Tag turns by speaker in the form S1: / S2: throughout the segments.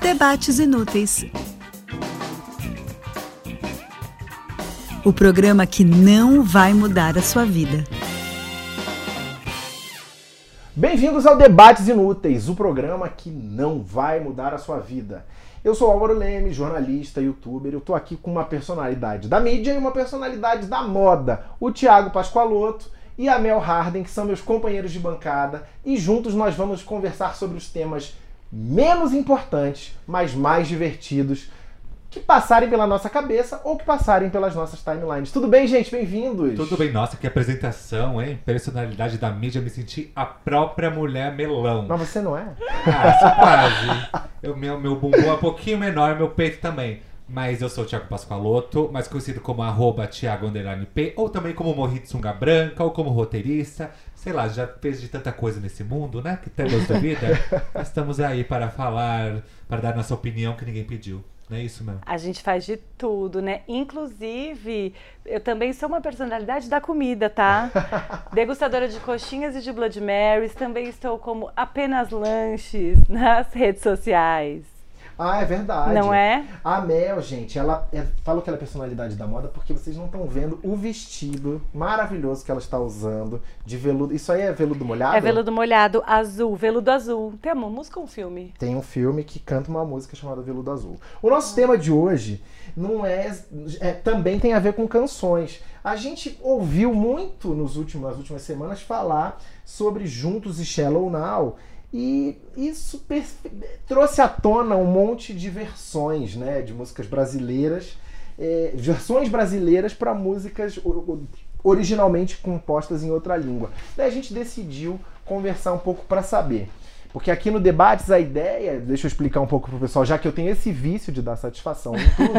S1: Debates Inúteis. O programa que não vai mudar a sua vida.
S2: Bem-vindos ao Debates Inúteis, o programa que não vai mudar a sua vida. Eu sou Álvaro Leme, jornalista, youtuber. Eu tô aqui com uma personalidade da mídia e uma personalidade da moda, o Thiago Pascoaloto e a Mel Harden, que são meus companheiros de bancada, e juntos nós vamos conversar sobre os temas menos importantes, mas mais divertidos, que passarem pela nossa cabeça ou que passarem pelas nossas timelines. Tudo bem, gente? Bem-vindos!
S3: Tudo bem, nossa, que apresentação, hein? Personalidade da mídia, eu me senti a própria mulher melão.
S2: Mas você não é?
S3: Quase, quase. Eu, meu, meu bumbum é um pouquinho menor, meu peito também. Mas eu sou o Thiago Pascoaloto, mais conhecido como arroba Thiago underline P, ou também como Morri de Sunga Branca, ou como roteirista. Sei lá, já fez de tanta coisa nesse mundo, né? Que temos da vida. Estamos aí para falar, para dar nossa opinião que ninguém pediu. Não é isso mesmo?
S4: A gente faz de tudo, né? Inclusive, eu também sou uma personalidade da comida, tá? Degustadora de coxinhas e de Blood Marys, também estou como apenas lanches nas redes sociais.
S2: Ah, é verdade.
S4: Não é?
S2: A Mel, gente, ela é, falou que ela é personalidade da moda porque vocês não estão vendo o vestido maravilhoso que ela está usando de veludo. Isso aí é veludo molhado?
S4: É veludo molhado, azul, veludo azul. Tem uma música ou um filme?
S2: Tem um filme que canta uma música chamada Veludo Azul. O nosso tema de hoje não é, é também tem a ver com canções. A gente ouviu muito nos últimos, nas últimas semanas falar sobre Juntos e Shallow Now e isso trouxe à tona um monte de versões, né, de músicas brasileiras, eh, versões brasileiras para músicas originalmente compostas em outra língua. Daí a gente decidiu conversar um pouco para saber. Porque aqui no Debates a ideia, deixa eu explicar um pouco pro pessoal, já que eu tenho esse vício de dar satisfação em tudo.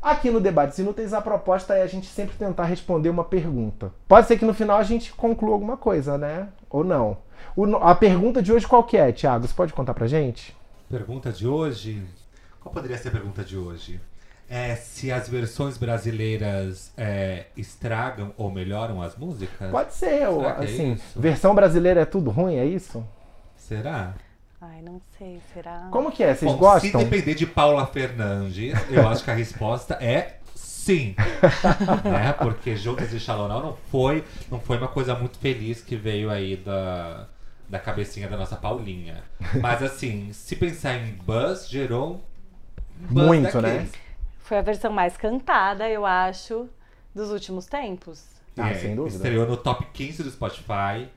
S2: Aqui no Debates Inúteis, a proposta é a gente sempre tentar responder uma pergunta. Pode ser que no final a gente conclua alguma coisa, né? Ou não. O- a pergunta de hoje qual que é, Thiago? Você pode contar pra gente?
S3: Pergunta de hoje? Qual poderia ser a pergunta de hoje? É se as versões brasileiras é, estragam ou melhoram as músicas?
S2: Pode ser, ou,
S3: Será que é
S2: assim,
S3: isso?
S2: versão brasileira é tudo ruim, é isso?
S3: Será?
S4: Ai, não sei, será?
S2: Como que é? Vocês
S3: Bom,
S2: gostam?
S3: Se depender de Paula Fernandes, eu acho que a resposta é sim. né? Porque Juntos e Shalonau não foi, não foi uma coisa muito feliz que veio aí da, da cabecinha da nossa Paulinha. Mas assim, se pensar em buzz, gerou um buzz
S2: Muito, né?
S3: daqueles.
S4: Foi a versão mais cantada, eu acho, dos últimos tempos.
S2: Ah,
S3: É,
S2: sem dúvida.
S3: Estreou no top 15 do Spotify.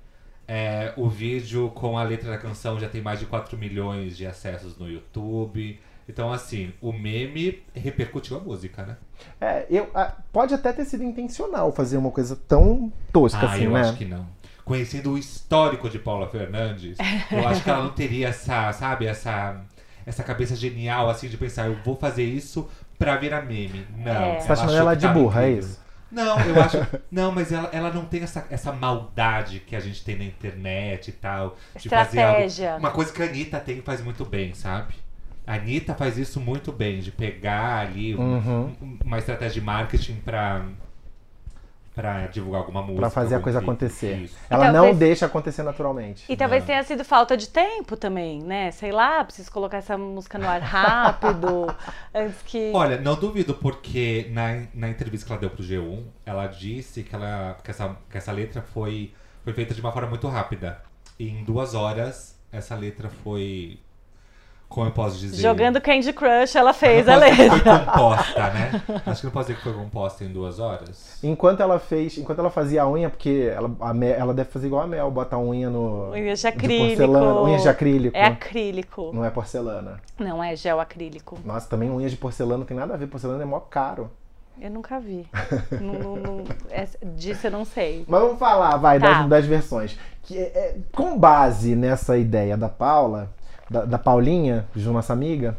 S3: É, o vídeo com a letra da canção já tem mais de 4 milhões de acessos no YouTube. Então, assim, o meme repercutiu a música, né?
S2: É, eu, ah, pode até ter sido intencional fazer uma coisa tão tosca
S3: ah,
S2: assim,
S3: eu
S2: né?
S3: acho que não. Conhecendo o histórico de Paula Fernandes, eu acho que ela não teria essa, sabe, essa, essa cabeça genial, assim, de pensar, eu vou fazer isso pra virar meme. Não.
S4: É. Você
S2: tá achando
S3: achou
S2: ela
S3: que
S2: de
S3: tava
S2: burra, é
S3: incrível.
S2: isso?
S3: Não, eu acho. Não, mas ela, ela não tem essa, essa maldade que a gente tem na internet e tal. De fazer
S4: Estratégia.
S3: algo. Uma coisa que a Anitta tem e faz muito bem, sabe? A Anitta faz isso muito bem, de pegar ali um-
S2: Uhum.
S3: um- uma estratégia de marketing pra, pra divulgar alguma música.
S2: Pra fazer a
S3: algum
S2: coisa
S3: vídeo.
S2: acontecer.
S3: Isso.
S2: Ela
S4: Então,
S2: não
S4: mas-
S2: deixa acontecer naturalmente.
S4: E talvez
S3: Não.
S4: tenha sido falta de tempo também, né? Sei lá, preciso colocar essa música no ar rápido, antes que.
S3: Olha, não duvido, porque na, na entrevista que ela deu pro G1, ela disse que, ela, que, essa, que essa letra foi, foi feita de uma forma muito rápida. E em duas horas, essa letra foi. Como eu posso dizer?
S4: Jogando Candy Crush, ela fez a
S3: Não posso dizer que
S4: letra.
S3: Foi composta, né? Acho que não posso dizer que foi composta em duas horas.
S2: Enquanto ela fez, enquanto ela fazia a unha, porque ela, a Mel- ela deve fazer igual a Mel, bota a unha no
S4: Unhas de
S2: de
S4: acrílico.
S2: porcelana, unhas de acrílico.
S4: É acrílico.
S2: Não é porcelana.
S4: Não é gel acrílico.
S2: Nossa, também unhas de porcelana não tem nada a ver, porcelana é mó caro.
S4: Eu nunca vi. não, não- não- essa- disso eu não sei.
S2: Mas vamos falar, vai,
S4: Tá.
S2: das, das versões. Que é- é- com base nessa ideia da Paula, da, da Paulinha, de nossa amiga,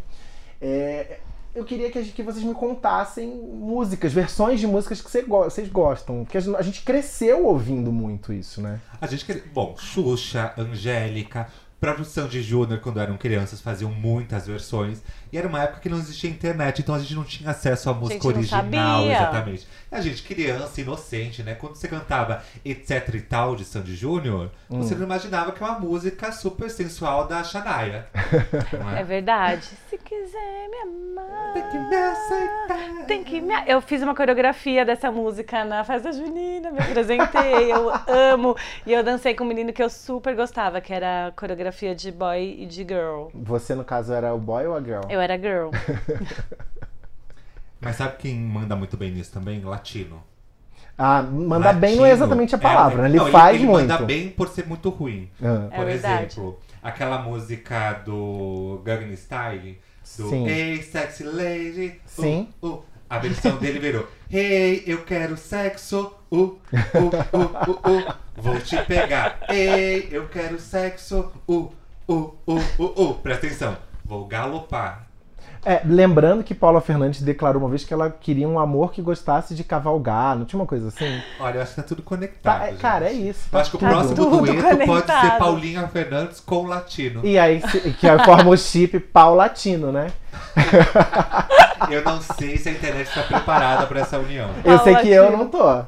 S2: é, eu queria que, a gente- que vocês me contassem músicas, versões de músicas que cê go- vocês gostam. Porque a gente- a gente cresceu ouvindo muito isso, né?
S3: A gente quer. Bom, Xuxa, Angélica, próprio Sandy Júnior, quando eram crianças, faziam muitas versões. E era uma época que não existia internet, então a gente não tinha acesso à música
S4: gente não
S3: original,
S4: sabia.
S3: exatamente. E a gente, criança, inocente, né? Quando você cantava etc e tal de Sandy Júnior,
S2: Hum.
S3: você não imaginava que é uma música super sensual da Shania. não
S4: É
S3: é?
S4: verdade. Se quiser me amar.
S3: Tem que me aceitar.
S4: Tem que me... Eu fiz uma coreografia dessa música na festa junina, me apresentei, eu amo. E eu dancei com um menino que eu super gostava, que era a coreografia de boy e de girl.
S2: Você, no caso, era o boy ou a girl?
S4: Eu era girl.
S3: Mas sabe quem manda muito bem nisso também? Latino.
S2: Ah, mandar bem
S3: Latino
S2: não é exatamente a palavra,
S3: é-
S2: né? Ele
S3: não,
S2: faz
S3: ele,
S2: muito.
S3: Ele manda bem por ser muito ruim.
S2: Ah.
S4: É
S3: Por
S4: verdade.
S3: exemplo, aquela música do Gangnam Style, do
S2: Sim.
S3: Hey, sexy lady. uh,
S2: Sim.
S3: uh. A versão dele virou Hey, eu quero sexo. Uh, uh, uh, uh, uh. Vou te pegar. Hey, eu quero sexo. Uh, uh, uh, uh, uh. Presta atenção. Vou galopar.
S2: É, lembrando que Paula Fernandes declarou uma vez que ela queria um amor que gostasse de cavalgar, não tinha uma coisa assim?
S3: Olha, eu acho que tá tudo conectado.
S2: Tá, é,
S3: gente.
S2: cara, é isso.
S3: Eu acho que o
S2: tá
S3: próximo
S2: tudo.
S4: Tudo
S3: dueto pode ser
S4: conectado.
S3: Paulinha Fernandes com o latino.
S2: E aí, se- que aí forma o chip paulatino, né?
S3: Eu não sei se a internet está preparada para essa união.
S2: Eu sei que eu
S4: Paulatino.
S2: não tô.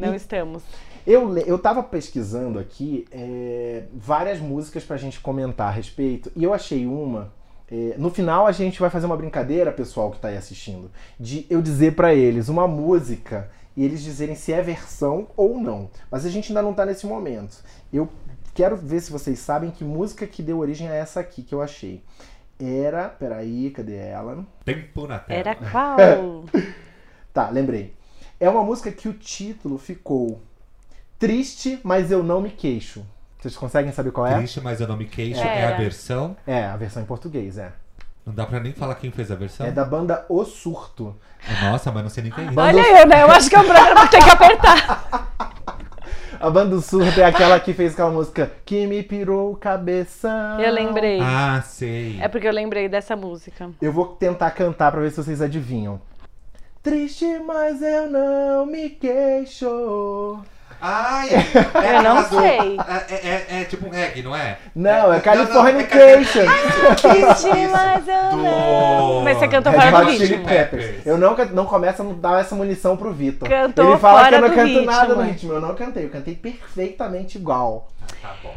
S4: Não estamos.
S2: Eu, le- eu tava pesquisando aqui é, várias músicas pra gente comentar a respeito, e eu achei uma. é, no final a gente vai fazer uma brincadeira, pessoal que tá aí assistindo, de eu dizer pra eles uma música e eles dizerem se é versão ou não. Mas a gente ainda não tá nesse momento. Eu quero ver se vocês sabem que música que deu origem a essa aqui que eu achei. Era. Peraí, cadê ela?
S3: Tempo na tela.
S4: Era qual?
S2: Tá, lembrei. É uma música que o título ficou Triste, mas eu não me queixo. Vocês conseguem saber qual é?
S3: Triste, mas eu não me queixo. É.
S4: Era.
S3: a versão.
S2: É, a versão em português, é.
S3: Não dá pra nem falar quem fez a versão.
S2: É da banda O Surto.
S3: Nossa, mas não sei nem quem é. isso.
S4: Olha eu, né? Eu acho que é um programa que tem que apertar.
S2: A banda O Surto é aquela que fez aquela música Que me pirou o cabeção.
S4: Eu lembrei.
S3: Ah, sei.
S4: É porque eu lembrei dessa música.
S2: Eu vou tentar cantar pra ver se vocês adivinham. Triste, mas eu não me queixo.
S3: Ai, é
S4: Eu não
S3: aquela do-
S4: sei.
S3: É, é- é- é tipo um reggae, não é?
S2: Não, é
S3: Californication.
S2: Californication.
S4: Triste,
S3: Isso.
S4: mas eu
S3: Do-
S4: não. Mas você cantou
S2: Red
S4: fora do
S2: Hot Chili
S4: ritmo.
S3: Peppers.
S2: Peppers. Eu não, can- não começo a dar essa munição pro Vitor.
S4: Cantou
S2: Ele fala
S4: fora
S2: que eu não
S4: do
S2: canto
S4: ritmo.
S2: nada no ritmo. Eu não cantei, eu cantei perfeitamente igual.
S3: Tá bom.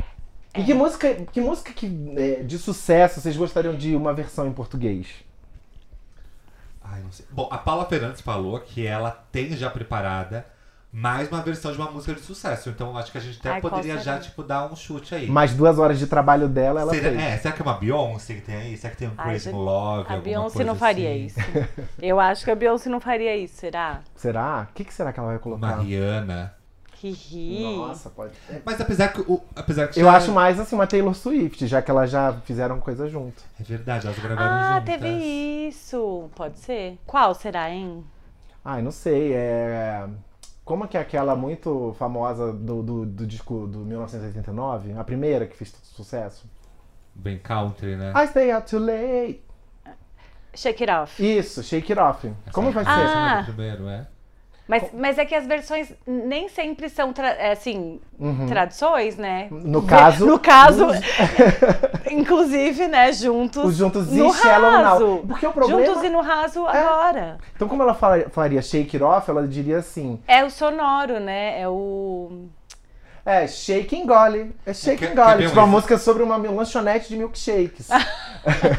S2: E
S4: É.
S2: que música, que música que, é, de sucesso vocês gostariam de uma versão em português?
S3: Ai, não sei. Bom, a Paula Fernandes falou que ela tem já preparada mais uma versão de uma música de sucesso. Então acho que a gente até
S4: Ai, qual
S3: poderia já,
S4: será?
S3: tipo, dar um chute aí.
S2: Mais duas horas de trabalho dela, ela
S3: será,
S2: fez.
S3: é, será que é uma Beyoncé que tem aí? Será que tem um
S4: Ai,
S3: Crazy
S4: gente,
S3: in Love?
S4: A
S3: alguma
S4: Beyoncé
S3: coisa
S4: não faria
S3: assim?
S4: isso. Eu acho que a Beyoncé não faria isso, será?
S2: Será? O que, que será que ela vai colocar?
S3: Uma Rihanna.
S4: Hihi.
S2: Nossa, pode. é,
S3: Mas apesar que. O, apesar que
S2: Eu
S3: já-
S2: acho mais assim uma Taylor Swift, já que elas já fizeram coisa junto.
S3: É verdade, elas gravaram
S4: Ah,
S3: juntas.
S4: teve isso. Pode ser. Qual será, hein?
S2: Ai, não sei, é. Como que é aquela muito famosa do, do, do disco do 1989? A primeira que fez tanto sucesso?
S3: Bem country, né?
S2: I stay out too late.
S4: Shake It Off.
S2: Isso, shake it off. Como vai
S3: Essa
S2: ser?
S4: Ah.
S3: não é do primeiro, é?
S4: Mas, mas é que as versões nem sempre são, tra- é, assim, traduções, né?
S2: Uhum. No caso-
S4: No caso, inclusive, né, juntos.
S2: Os juntos
S4: no
S2: e Shallow
S4: raso.
S2: Now. Porque o problema-
S4: Juntos e no raso agora.
S2: Então, como ela fala- falaria shake it off, ela diria assim:
S4: É o sonoro, né? É o...
S2: é shake and gole. É shake
S3: Quer-
S2: and gole.
S3: quer ver um
S2: Tipo, uma
S3: exemplo?
S2: música sobre uma lanchonete de milkshakes.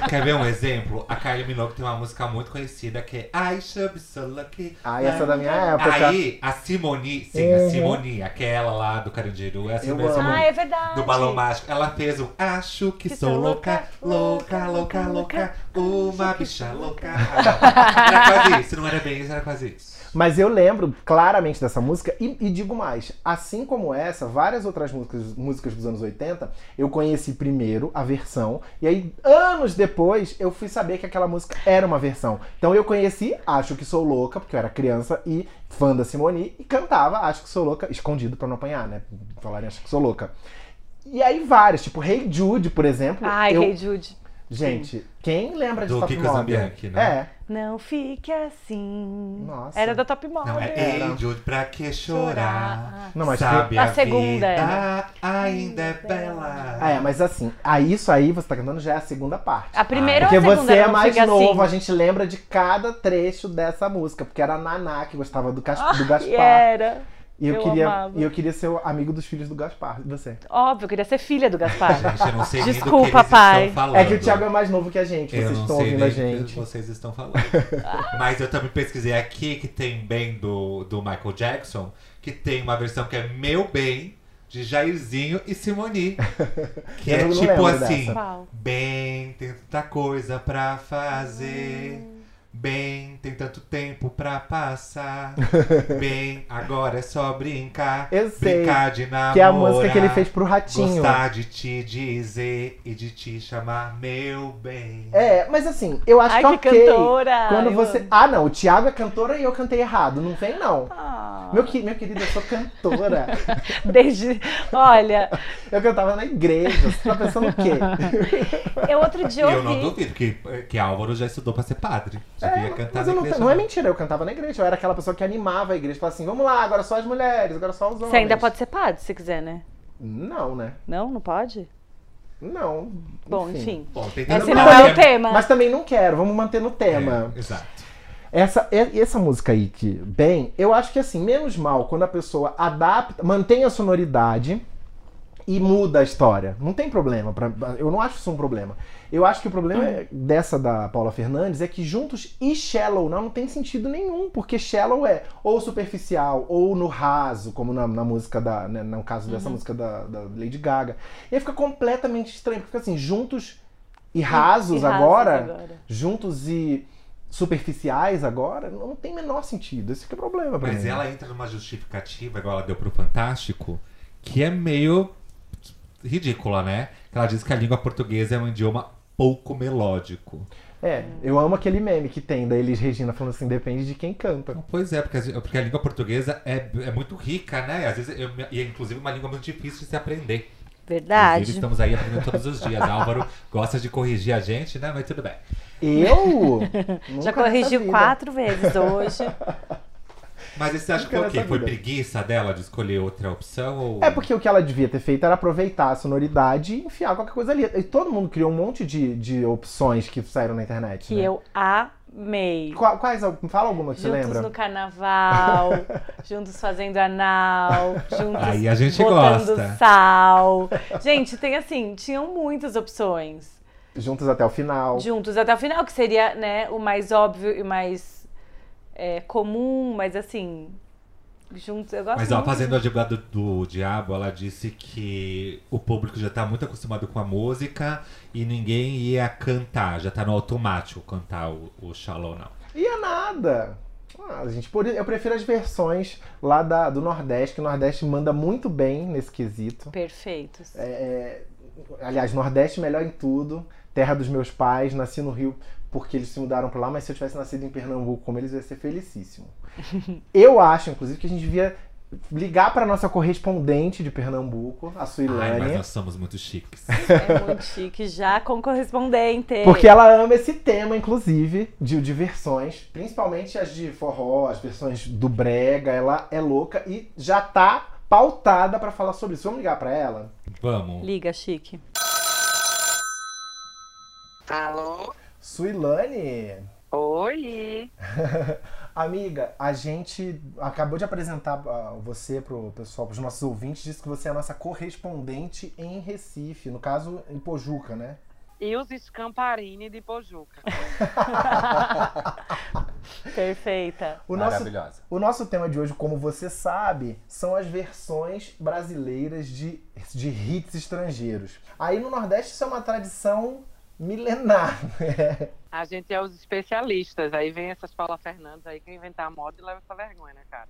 S3: Quer ver um exemplo? A Kylie Minogue tem uma música muito conhecida que é I should be so lucky.
S2: Ai, essa é da minha época.
S3: Aí, a Simone, sim, a
S2: Uhum.
S3: Simone, aquela lá do Carandiru, essa
S2: Eu
S3: mesma
S2: amo.
S4: Ah, é verdade.
S3: do Balão Mágico, ela fez um Acho que, sou louca, louca, louca, louca, uma bicha louca. era quase isso, não era bem isso, era quase isso.
S2: Mas eu lembro claramente dessa música e, e digo mais, assim como essa, várias outras músicas, músicas dos anos 80, eu conheci primeiro a versão e aí anos depois eu fui saber que aquela música era uma versão. Então eu conheci Acho que sou louca, porque eu era criança e fã da Simone e cantava Acho que sou louca escondido pra não apanhar, né? Falarem Acho que sou louca. E aí várias, tipo Hey Jude, por exemplo,
S4: Ai,
S2: eu
S4: Hey Jude.
S2: Gente, quem lembra de
S3: Do
S2: Top
S3: Kiko
S2: Model?
S3: Zambianchi, né?
S2: É.
S4: Não fique assim.
S2: Nossa.
S4: Era da Top Model.
S3: Não, é Ei, Jude, pra que chorar?
S2: Não, mas
S3: Sabe
S4: A
S3: a,
S4: segunda
S3: vida
S4: era.
S3: ainda é bela.
S2: Ah, é, mas assim, aí isso aí você tá cantando já é a segunda parte.
S4: A primeira
S2: Porque
S4: ou a segunda?
S2: você é
S4: Não
S2: mais
S4: fique
S2: novo, a
S4: assim.
S2: gente lembra de cada trecho dessa música, porque era a Naná que gostava do, Cas- do Gaspar.
S4: E era.
S2: E eu,
S4: Ah, eu
S2: queria,
S4: amava.
S2: e eu queria ser o amigo dos filhos do Gaspar, e você.
S4: Óbvio, eu queria ser filha do Gaspar.
S3: Gente, eu não sei nem do que
S4: Desculpa,
S3: eles estão
S4: pai.
S3: falando.
S2: É que o Thiago é mais novo que a gente,
S3: Eu
S2: vocês
S3: não
S2: estão
S3: sei
S2: ouvindo a
S3: nem o que
S2: gente.
S3: vocês estão falando. Mas eu também pesquisei aqui que tem bem do, do Michael Jackson, que tem uma versão que é Meu Bem, de Jairzinho e Simoni. Que
S2: Eu
S3: é
S2: não
S3: tipo
S2: lembro
S3: assim:
S2: dessa.
S4: Qual?
S3: Bem, tem tanta coisa pra fazer.
S2: Hum.
S3: Bem, tem tanto tempo pra passar. Bem, agora é só brincar.
S2: Eu sei,
S3: Brincar de namorar.
S2: Que é a música que ele fez pro Ratinho.
S3: Gostar de te dizer e de te chamar meu bem.
S2: É, mas assim, eu acho
S4: Ai,
S2: que,
S4: que
S2: ok.
S4: cantora!
S2: Quando
S4: Eu
S2: você.
S4: amo.
S2: Ah, não, o Thiago é cantora e eu cantei errado. Não vem, não.
S4: Ah,
S2: Meu, que- meu querido, eu sou cantora.
S4: Desde. Olha,
S2: eu cantava na igreja. Você tá pensando o quê?
S4: eu outro
S3: E
S4: dia
S3: eu não
S4: ouvi.
S3: duvido que, que Álvaro já estudou pra ser padre. Já
S2: É,
S3: devia cantar
S2: mas
S3: na
S2: eu não,
S3: igreja.
S2: não é mentira, eu cantava na igreja. Eu era aquela pessoa que animava a igreja. Falava assim, vamos lá, agora só as mulheres, agora só os homens.
S4: Você ainda pode ser padre se quiser, né?
S2: Não, né?
S4: Não, não pode?
S2: Não.
S4: Bom, enfim.
S3: Bom, tem
S4: Esse
S3: tanta
S4: não
S3: palavra-
S4: é o tema.
S2: Mas também não quero, vamos manter no tema.
S3: É, exato.
S2: Essa, e- essa música aí que bem, eu acho que assim, menos mal quando a pessoa adapta, mantém a sonoridade e muda a história. Não tem problema. pra- eu não acho isso um problema. Eu acho que o problema é- dessa da Paula Fernandes é que juntos e shallow não, não tem sentido nenhum, porque shallow é ou superficial, ou no raso, como na, na música da. né, no caso
S4: Uhum.
S2: dessa música da, da Lady Gaga. E aí fica completamente estranho, porque assim, juntos e rasos
S4: rasos
S2: agora,
S4: agora.
S2: juntos e superficiais agora, não tem o menor sentido. Esse que é o problema pra
S3: Mas
S2: mim.
S3: ela entra numa justificativa, igual ela deu pro Fantástico, que é meio ridícula, né? Ela diz que a língua portuguesa é um idioma pouco melódico.
S2: É, eu amo aquele meme que tem da Elis Regina falando assim, depende de quem canta.
S3: Então, Pois é, porque, as- porque a língua portuguesa é, é muito rica, né? Às vezes, eu, me- e é inclusive uma língua muito difícil de se aprender. Inclusive,
S4: Verdade.
S3: estamos aí aprendendo todos os dias. Álvaro gosta de corrigir a gente, né? Mas tudo bem.
S2: Eu? Nunca
S4: Já
S2: nessa
S4: corrigiu
S2: vida.
S4: quatro vezes hoje.
S3: Mas você acha que
S2: Nunca
S3: foi o quê?
S2: nessa
S3: Foi
S2: vida.
S3: preguiça dela de escolher outra opção? Ou...
S2: É porque o que ela devia ter feito era aproveitar a sonoridade e enfiar qualquer coisa ali. E todo mundo criou um monte de, de opções que saíram na internet.
S4: Que
S2: né?
S4: eu amei.
S2: Qua- Quais? Fala alguma que você
S4: Juntos
S2: lembra.
S4: no carnaval, juntos fazendo anal, juntos
S3: Aí a gente
S4: botando
S3: gosta.
S4: sal. Gente, tem assim, tinham muitas opções.
S2: Juntos até o final.
S4: Juntos até o final, que seria né, o mais óbvio e mais é, comum, mas assim, juntos eu gosto
S3: Mas ó,
S4: muito.
S3: fazendo a advogada do diabo, ela disse que o público já tá muito acostumado com a música e ninguém ia cantar, já tá no automático cantar o, o Shallow Now.
S2: E é nada. Ah, gente, por, eu prefiro as versões lá da- do Nordeste, que o Nordeste manda muito bem nesse quesito.
S4: Perfeitos.
S2: É, é, aliás, Nordeste melhor em tudo. Terra dos meus pais, nasci no Rio porque eles se mudaram pra lá, mas se eu tivesse nascido em Pernambuco como eles, eu ia ser felicíssimo. eu acho, inclusive, que a gente devia ligar pra nossa correspondente de Pernambuco, a
S3: Ai, mas
S2: Suilane,
S3: nós somos muito chiques.
S4: É muito chique, já com correspondente.
S2: porque ela ama esse tema, inclusive, de, de versões, principalmente as de forró, as versões do brega, ela é louca e já tá pautada pra falar sobre isso. Vamos ligar pra ela?
S3: Vamos.
S4: Liga, chique.
S5: Alô?
S2: Suilane!
S5: Oi!
S2: Amiga, a gente acabou de apresentar ah, você pro pessoal, pros nossos ouvintes, disse que você é a nossa correspondente em Recife, no caso em Pojuca, né?
S5: E os Scamparini de Pojuca.
S4: Perfeita.
S2: O nosso,
S3: Maravilhosa.
S2: o nosso tema de hoje, como você sabe, são as versões brasileiras de, de hits estrangeiros. Aí no Nordeste isso é uma tradição milenar, né?
S5: A gente é os especialistas. Aí vem essas Paula Fernandes aí que inventar a moda e leva essa vergonha, né, cara?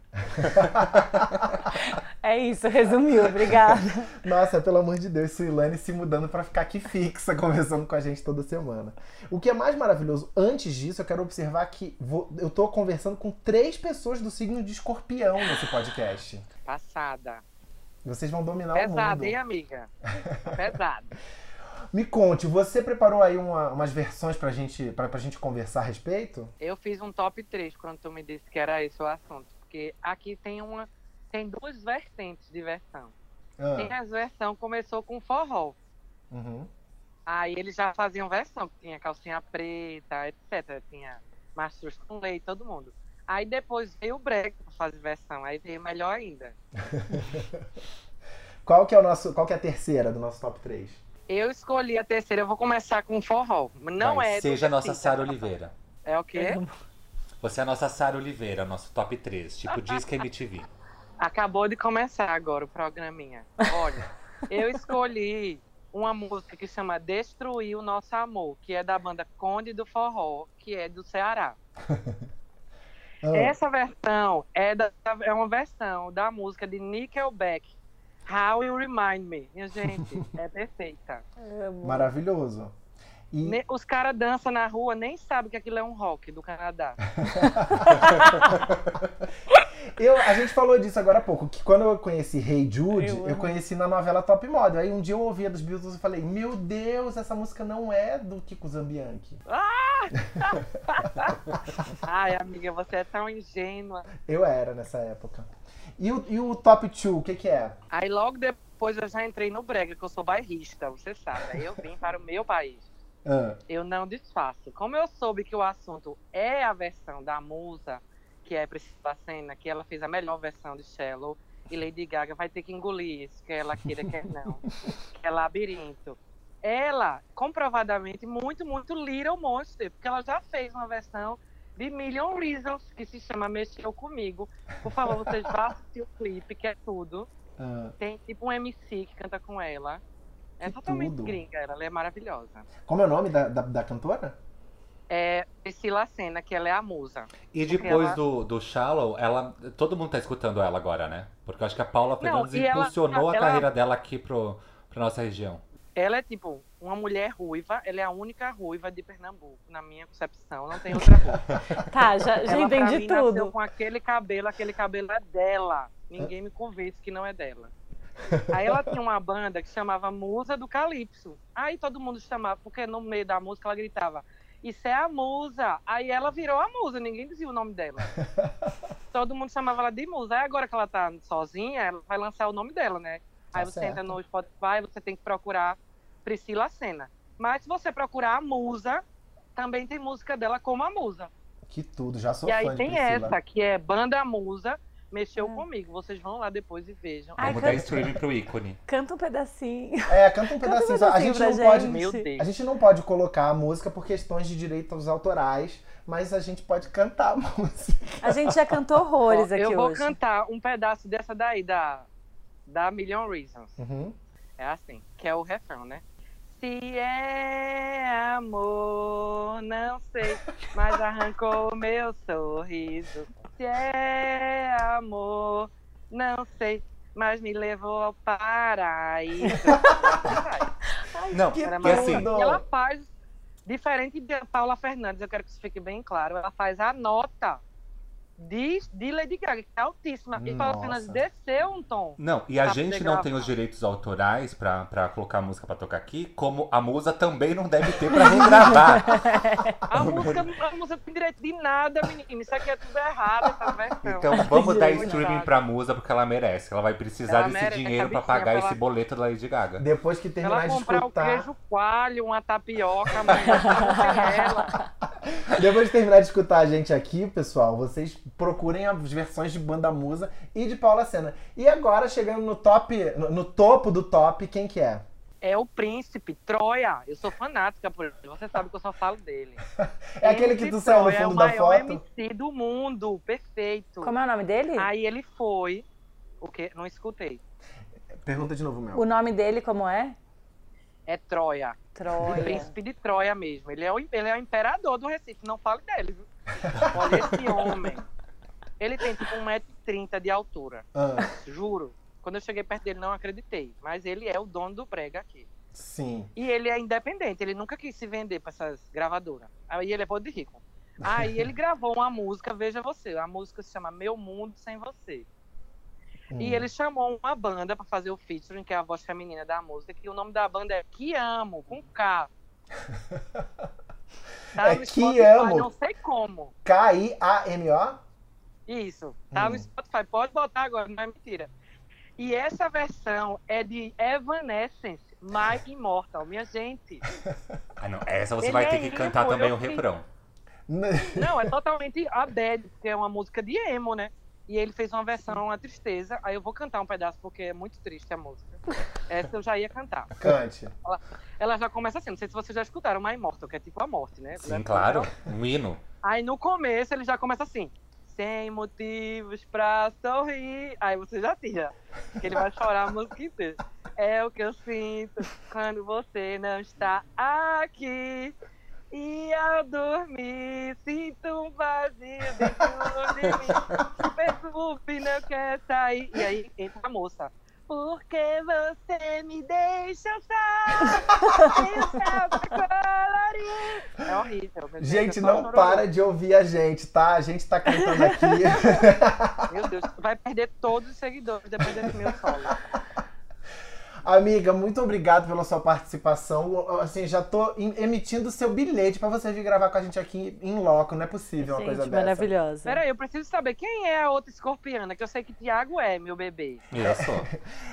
S4: É isso, resumiu, obrigada.
S2: Nossa, pelo amor de Deus, Suilane se mudando pra ficar aqui fixa, conversando com a gente toda semana. O que é mais maravilhoso, antes disso, eu quero observar que vo- eu tô conversando com três pessoas do signo de escorpião nesse podcast.
S5: Passada.
S2: Vocês vão dominar o
S5: Pesada,
S2: mundo.
S5: hein, amiga? Pesada.
S2: Me conte, você preparou aí uma- umas versões pra gente, pra, pra gente conversar a respeito?
S5: Eu fiz um top 3 quando tu me disse que era esse o assunto. Porque aqui tem uma. Tem duas vertentes de versão. Tem
S2: Ah,
S5: as versão começou com forró.
S2: uhum.
S5: Aí eles já faziam versão, que tinha calcinha preta, etc. Tinha Mastros com Lei, todo mundo. Aí depois veio o brega pra fazer versão, aí veio melhor ainda.
S2: Qual que é o nosso, qual que é a terceira do nosso top 3?
S5: Eu escolhi a terceira, eu vou começar com forró. Não
S6: Vai,
S5: é. do
S6: Seja a nossa
S5: Cida.
S6: Sara Oliveira.
S5: É o quê?
S6: Você é a nossa Sara Oliveira, nosso top 3, tipo Disque MTV.
S5: Acabou de começar agora o programinha. Olha, eu escolhi uma música que chama Destruir o Nosso Amor, que é da banda Conde do Forró, que é do Ceará.
S2: Ah,
S5: Essa versão é, da, é uma versão da música de Nickelback, How You Remind Me. Minha gente, é perfeita.
S2: Maravilhoso. E
S5: Ne- Os caras dançam na rua, nem sabem que aquilo é um rock do Canadá.
S2: eu, a gente falou disso agora há pouco, que quando eu conheci Hey Jude,
S4: Eu
S2: eu,
S4: amo.
S2: conheci na novela Top Model. Aí um dia eu ouvia dos Beatles e falei, meu Deus, essa música não é do Kiko Zambianchi.
S5: Ai, amiga, você é tão ingênua.
S2: Eu era nessa época. E o, e o top 2, o que que é?
S5: Aí logo depois eu já entrei no brega, que eu sou bairrista, você sabe. Aí eu vim para o meu país.
S2: Ah,
S5: Eu não desfaço. Como eu soube que o assunto é a versão da musa, que é Priscila Senna, que ela fez a melhor versão de Shallow, e Lady Gaga vai ter que engolir isso, que ela queira, quer não. que é labirinto. Ela, comprovadamente, muito, muito Little Monster, porque ela já fez uma versão de Million Reasons, que se chama Mexeu Comigo. Por favor, vocês vá assistir o clipe, que é tudo.
S2: ah.
S5: Tem tipo um MC que canta com ela. É totalmente
S2: tudo.
S5: gringa, ela é maravilhosa.
S2: Como é o nome da, da, da cantora?
S5: É Priscila Senna, que ela é a musa.
S6: E
S5: Porque
S6: depois
S5: ela-
S6: do, do Shallow, ela, todo mundo tá escutando ela agora, né? Porque eu acho que a Paula Fernandes
S5: e ela- tá,
S6: impulsionou a
S5: ela-
S6: carreira dela aqui pro, pra nossa região.
S5: Ela é tipo uma mulher ruiva, ela é a única ruiva de Pernambuco, na minha concepção, não tem outra ruiva.
S4: Tá, já, já
S5: ela, É pra
S4: entendi
S5: mim, nasceu
S4: tudo.
S5: com aquele cabelo, aquele cabelo é dela. Ninguém me convence que não é dela. Aí ela tinha uma banda que chamava Musa do Calypso. Aí todo mundo chamava, porque no meio da música ela gritava: Isso é a musa. Aí ela virou a musa, ninguém dizia o nome dela. todo mundo chamava ela de musa. Aí agora que ela tá sozinha, ela vai lançar o nome dela, né?
S2: Tá
S5: Aí você
S2: certo.
S5: entra no Spotify, você tem que procurar Priscila Senna. Mas se você procurar a musa, também tem música dela como a musa.
S2: Que tudo, já sou
S5: E
S2: fã
S5: aí
S2: de
S5: tem
S2: Priscila.
S5: essa, que é Banda Musa, mexeu
S4: Hum.
S5: comigo. Vocês vão lá depois e vejam.
S4: Ai,
S6: Vamos
S4: cara.
S6: dar streaming pro ícone.
S4: Canta um pedacinho.
S2: É, canta um
S4: Canta um
S2: pedacinho.
S4: pedacinho
S2: só. a gente
S4: pra
S2: não pode.
S5: Meu
S4: gente.
S2: A
S5: Deus.
S2: gente não pode colocar a música por questões de direitos autorais, mas a gente pode cantar a música.
S4: A gente já cantou horrores
S5: Ó,
S4: aqui
S5: eu vou
S4: hoje.
S5: cantar um pedaço dessa daí, da, da Million Reasons.
S2: Uhum.
S5: É assim, que é o refrão, né? Se é amor, não sei, mas arrancou o meu sorriso. Se é amor, não sei, mas me levou ao paraíso. Vai.
S6: Não,
S2: Que
S5: Era
S6: porque
S5: mais-
S6: assim,
S2: tudo.
S5: E ela faz, diferente de Paula Fernandes, eu quero que isso fique bem claro, ela faz a nota de, de Lady Gaga, que é altíssima. E Paula
S2: Nossa.
S5: Fernandes desceu um tom.
S6: Não, e a
S5: Pra
S6: gente
S5: poder
S6: não
S5: gravar.
S6: tem os direitos autorais pra, pra colocar a música pra tocar aqui, como a musa também não deve ter pra regravar.
S5: A música, a música não tem direito de nada, menino. Isso aqui é tudo errado, essa versão.
S6: Então vamos dar
S5: Coitada.
S6: streaming pra musa porque ela merece. Ela vai precisar
S5: Ela
S6: desse
S5: merece,
S6: dinheiro pra
S5: a bichinha,
S6: pagar
S5: ela-
S6: esse boleto da Lady Gaga.
S2: Depois que terminar
S5: Ela
S2: de
S5: comprar um
S2: escutar.
S5: queijo coalho, uma tapioca, mas ela.
S2: Depois de terminar de escutar a gente aqui, pessoal, vocês procurem as versões de Banda Musa e de Paula Senna. E agora, chegando no top, no, no topo do top, quem que é?
S5: É o príncipe, Troia. Eu sou fanática por ele. Você sabe que eu só falo dele.
S2: É aquele que tu
S5: Príncipe
S2: saiu no fundo
S5: Troia é o
S2: da
S5: maior
S2: foto?
S5: MC do mundo. Perfeito.
S4: Como é o nome dele?
S5: Aí ele foi. O quê? Não escutei.
S2: Pergunta de novo, meu.
S4: O nome dele como é?
S5: É Troia. O
S4: Troia.
S5: príncipe de Troia mesmo. Ele é, o, ele é o imperador do Recife. Não fale dele, viu? Olha esse homem. Ele tem tipo 1,30m de altura.
S2: Ah,
S5: Juro. Quando eu cheguei perto dele, não acreditei. Mas ele é o dono do brega aqui.
S2: sim.
S5: E ele é independente, ele nunca quis se vender para essas gravadoras. Aí ele é podre de rico. Aí ele gravou uma música, veja você, a música se chama Meu Mundo Sem Você.
S2: Hum.
S6: É.
S5: E ele chamou uma banda pra fazer o featuring, que é a voz feminina da música, que o nome da banda é Que Amo, com K. Tá
S2: É
S5: no
S2: Que
S5: Spotify,
S2: Amo.
S5: Não sei como.
S2: K-I-A-M-O?
S5: Isso. Tá
S2: Hum.
S5: no Spotify. Pode botar agora, não é mentira. E essa versão é de Evanescence, My Immortal. Minha gente.
S6: Ah, não. Essa você
S5: Ele
S6: vai ter
S5: é
S6: que
S5: rico,
S6: cantar
S5: eu
S6: também um o
S5: fiz.
S6: refrão.
S5: Não, é totalmente a bad, porque é uma música de emo, né? E ele fez uma versão, a tristeza. Aí eu vou cantar um pedaço, porque é muito triste a música. Essa eu já ia cantar.
S2: Cante.
S5: Ela já começa assim, não sei se vocês já escutaram My Immortal, que é tipo a morte, né?
S6: Sim, claro. Um hino.
S5: Aí no começo ele já começa assim, sem motivos pra sorrir. Aí você já tira, que ele vai chorar a música inteira. É o que eu sinto quando você não está aqui. E ao dormir, sinto um vazio dentro de mim. Perfume não quer sair. E aí entra a moça. Porque você me deixa sair? Eu tava colorir. É horrível. meu Deus,
S2: Gente,
S5: eu só
S2: não
S5: choro
S2: para de ouvir a gente, tá? A gente tá cantando aqui.
S5: Meu Deus, tu vai perder todos os seguidores depois desse meu solo.
S2: Amiga, muito obrigado pela sua participação. Eu, Assim, já tô em- emitindo seu bilhete pra você vir gravar com a gente aqui em loco. Não é possível uma coisa
S4: Gente,
S2: dessa.
S4: maravilhosa.
S5: Peraí, eu preciso saber quem é a outra escorpiana, que eu sei que Tiago é, meu bebê.
S6: Eu sou.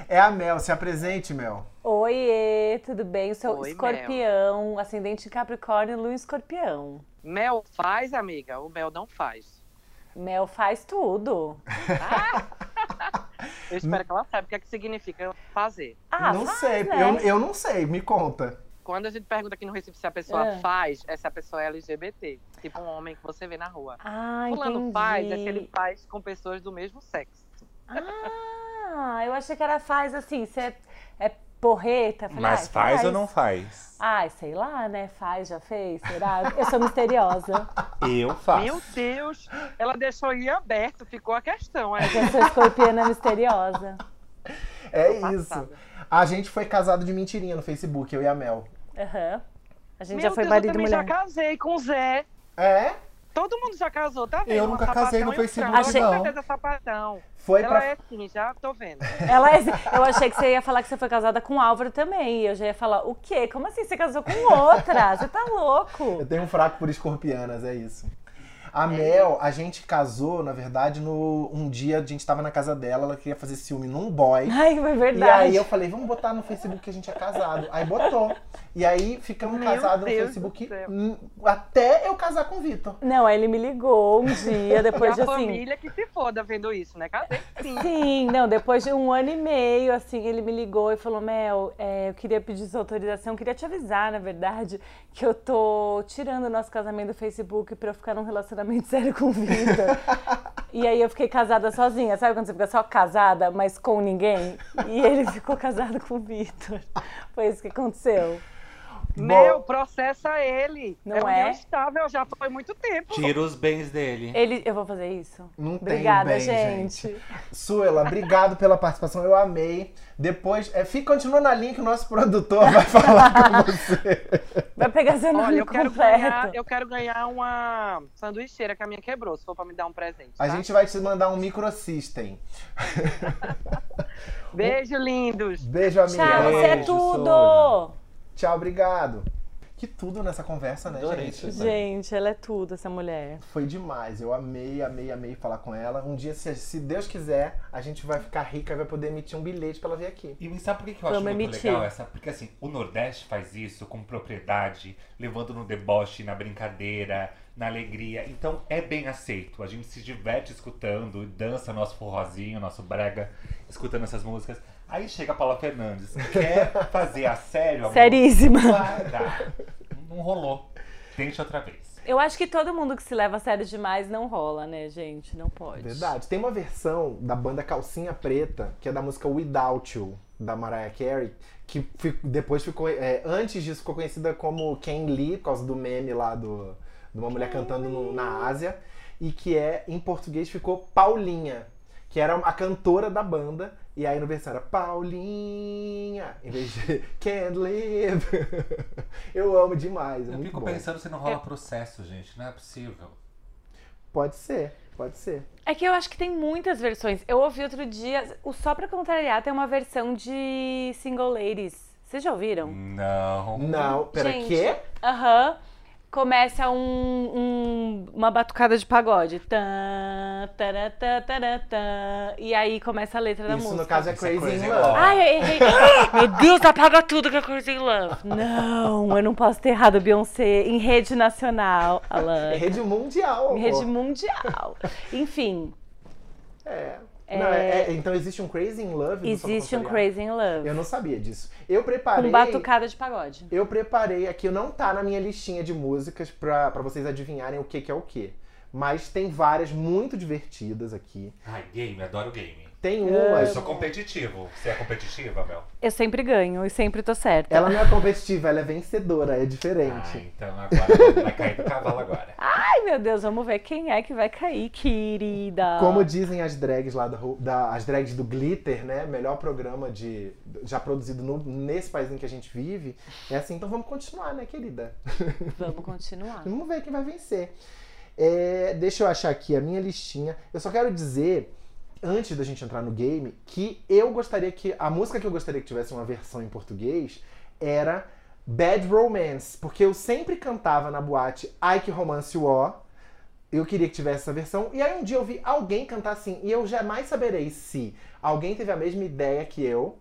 S2: É a Mel, se apresente, Mel.
S4: Oiê, tudo bem? Eu sou
S5: Oi,
S4: escorpião, ascendente em Capricórnio, lua em escorpião.
S5: Mel faz, amiga, o Mel não faz.
S4: Mel faz tudo.
S5: Eu espero
S4: Hum.
S5: que ela saiba o que, é que significa fazer.
S4: Ah,
S2: não
S4: faz,
S2: sei,
S4: né?
S2: eu, eu não sei, me conta.
S5: Quando a gente pergunta aqui no Recife se a pessoa
S4: É.
S5: faz, essa pessoa é LGBT. Tipo um homem que você vê na rua.
S4: Ah,
S5: Fulano
S4: entendi.
S5: faz é que ele faz com pessoas do mesmo sexo.
S4: Ah, eu achei que era faz assim, você é, é porreta. Falei,
S6: Mas
S4: ah,
S6: faz ou não faz?
S4: Ai, sei lá, né? Faz, já fez, será? Eu sou misteriosa.
S2: Ah,
S6: Eu faço.
S5: Meu Deus! Ela deixou em aberto, ficou a questão aí.
S4: Eu sou escorpiana misteriosa.
S2: É
S5: Tô
S2: isso.
S5: passada.
S2: A gente foi casado de mentirinha no Facebook, eu e a Mel.
S4: Aham. A gente
S5: Meu
S4: já foi
S5: Deus, eu
S4: marido e
S5: também
S4: mulher.
S5: já casei com o Zé.
S2: É?
S5: Todo mundo já casou, tá vendo?
S6: Eu
S5: Um
S6: nunca casei no
S5: sapatão e um
S6: Facebook,
S5: frango.
S4: Achei-
S5: Com
S6: não.
S5: certeza, sapatão.
S2: Foi
S5: Ela
S2: pra.
S5: é assim, já tô vendo.
S4: Ela é- eu achei que você ia falar que você foi casada com o Álvaro também. E eu já ia falar, o quê? Como assim você casou com outra? Você tá
S2: Eu
S4: louco?
S2: tenho um fraco por escorpianas, é isso. A Mel, a gente casou, na verdade, no um dia a gente tava na casa dela, ela queria fazer ciúme num boy.
S4: Ai, é
S2: E
S4: verdade.
S2: aí eu falei, vamos botar no Facebook que a gente é casado. Aí botou. E aí ficamos
S5: Meu
S2: casados no
S5: Deus
S2: Facebook
S5: do céu.
S2: hum, até eu casar com o Vitor.
S4: Não, aí ele me ligou um dia,
S5: E a
S4: depois de assim.
S5: família que se foda vendo isso, né? Cadê? Sim.
S4: Sim, não, depois de um ano e meio, assim, ele me ligou e falou: Mel, é, eu queria pedir sua autorização, queria te avisar, na verdade, que eu tô tirando o nosso casamento do Facebook pra eu ficar num relacionamento sério com o Vitor. e aí eu fiquei casada sozinha, sabe quando você fica só casada, mas com ninguém? E ele ficou casado com o Vitor. Foi isso que aconteceu.
S5: Meu, processa ele.
S4: Não
S5: é
S4: é?
S5: união estável, já foi muito tempo.
S6: Tira os bens dele.
S4: Ele. Eu vou fazer isso?
S2: Não tem
S4: Obrigada,
S2: bem,
S4: gente.
S2: Suela, obrigado pela participação, eu amei. Depois, é, fica, continua na linha que o nosso produtor vai falar com você.
S4: Vai pegar seu nome
S5: Olha, eu quero,
S4: completo.
S5: ganhar, eu quero ganhar uma sanduicheira que a minha quebrou, se for pra me dar um presente.
S2: A
S5: tá?
S2: gente vai te mandar um microsystem.
S5: Beijo, lindos.
S2: Beijo, amiga.
S4: Tchau, você é
S6: Beijo,
S4: tudo!
S6: Sônia.
S2: Tchau, obrigado. Que tudo nessa conversa, né,
S6: Adorei
S2: gente?
S6: isso.
S4: Gente, ela é tudo, essa mulher.
S2: Foi demais. Eu amei, amei, amei falar com ela. Um dia, se, se Deus quiser, a gente vai ficar rica e vai poder emitir um bilhete pra ela vir aqui.
S6: E sabe por que que eu acho
S4: Vamos
S6: muito
S4: emitir.
S6: legal essa? Porque assim, o Nordeste faz isso com propriedade, levando no deboche, na brincadeira, na alegria. Então é bem aceito. A gente se diverte escutando, dança nosso forrozinho, nosso brega, escutando essas músicas. Aí chega a Paula Fernandes, quer fazer a sério? amor?
S4: Seríssima.
S6: Vai dar. Não rolou. Tente outra vez.
S4: Eu acho que todo mundo que se leva a sério demais não rola, né, gente? Não pode.
S2: Verdade. Tem uma versão da banda Calcinha Preta, que é da música Without You, da Mariah Carey, que fi- depois ficou. é, antes disso ficou conhecida como Ken Lee, por causa do meme lá do, de uma mulher cantando no- na Ásia, e que é, em português, ficou Paulinha, que era a cantora da banda. E aí no versão era Paulinha, em vez de Can't Live. Eu amo demais, é
S6: Eu
S2: muito
S6: fico
S2: bom.
S6: pensando se não rola processo, gente. Não é possível.
S2: Pode ser. Pode ser.
S4: É que eu acho que tem muitas versões. Eu ouvi outro dia, o Só Pra Contrariar tem uma versão de Single Ladies. Vocês já ouviram?
S2: Hum.
S6: Não.
S2: Não, pera,
S4: Gente.
S2: quê?
S4: Aham. Começa um, um- uma batucada de pagode. Tã, tará, tá, tará, tã. E aí começa a letra da
S2: Isso
S4: música.
S2: no caso é
S6: Isso é
S2: Crazy
S6: Crazy
S2: in
S6: in
S2: Love.
S6: Love.
S4: Ai, eu errei. Meu Deus, apaga tudo que é Crazy in Love. Não, eu não posso ter errado Beyoncé em rede nacional,
S2: É
S4: Alan.
S2: rede mundial.
S4: Em
S2: amor.
S4: rede mundial. Enfim,
S2: É. Não, é- é- então existe um Crazy in Love? no Só
S4: existe um
S2: Pra Contrariar?
S4: Crazy in Love.
S2: Eu não sabia disso. Eu preparei.
S4: Com batucada de pagode.
S2: Eu preparei aqui, não tá na minha listinha de músicas pra, pra vocês adivinharem o que, que é o que. Mas tem várias muito divertidas aqui.
S6: Ai, game, adoro game.
S2: Tem
S4: Ah.
S6: Eu
S2: umas.
S6: sou competitivo. Você é competitiva, Mel?
S4: Eu sempre ganho e sempre tô certa.
S2: Ela não é competitiva, ela é vencedora, é
S6: Ah,
S2: diferente.
S6: então agora vai cair do cavalo agora.
S4: Ai, meu Deus, vamos ver quem é que vai cair, querida.
S2: Como dizem as drags lá da, Ru- da- as drags do Glitter, né? Melhor programa de já produzido no- nesse país em que a gente vive. É assim, então vamos continuar, né, querida?
S4: Vamos continuar.
S2: Vamos ver quem vai vencer. É, deixa eu achar aqui a minha listinha. Eu só quero dizer, antes da gente entrar no game, que eu gostaria que. A música que eu gostaria que tivesse uma versão em português era Bad Romance. Porque eu sempre cantava na boate Ai que Romance Ó. Eu queria que tivesse essa versão. E aí um dia eu vi alguém cantar assim. E eu jamais saberei se alguém teve a mesma ideia que eu.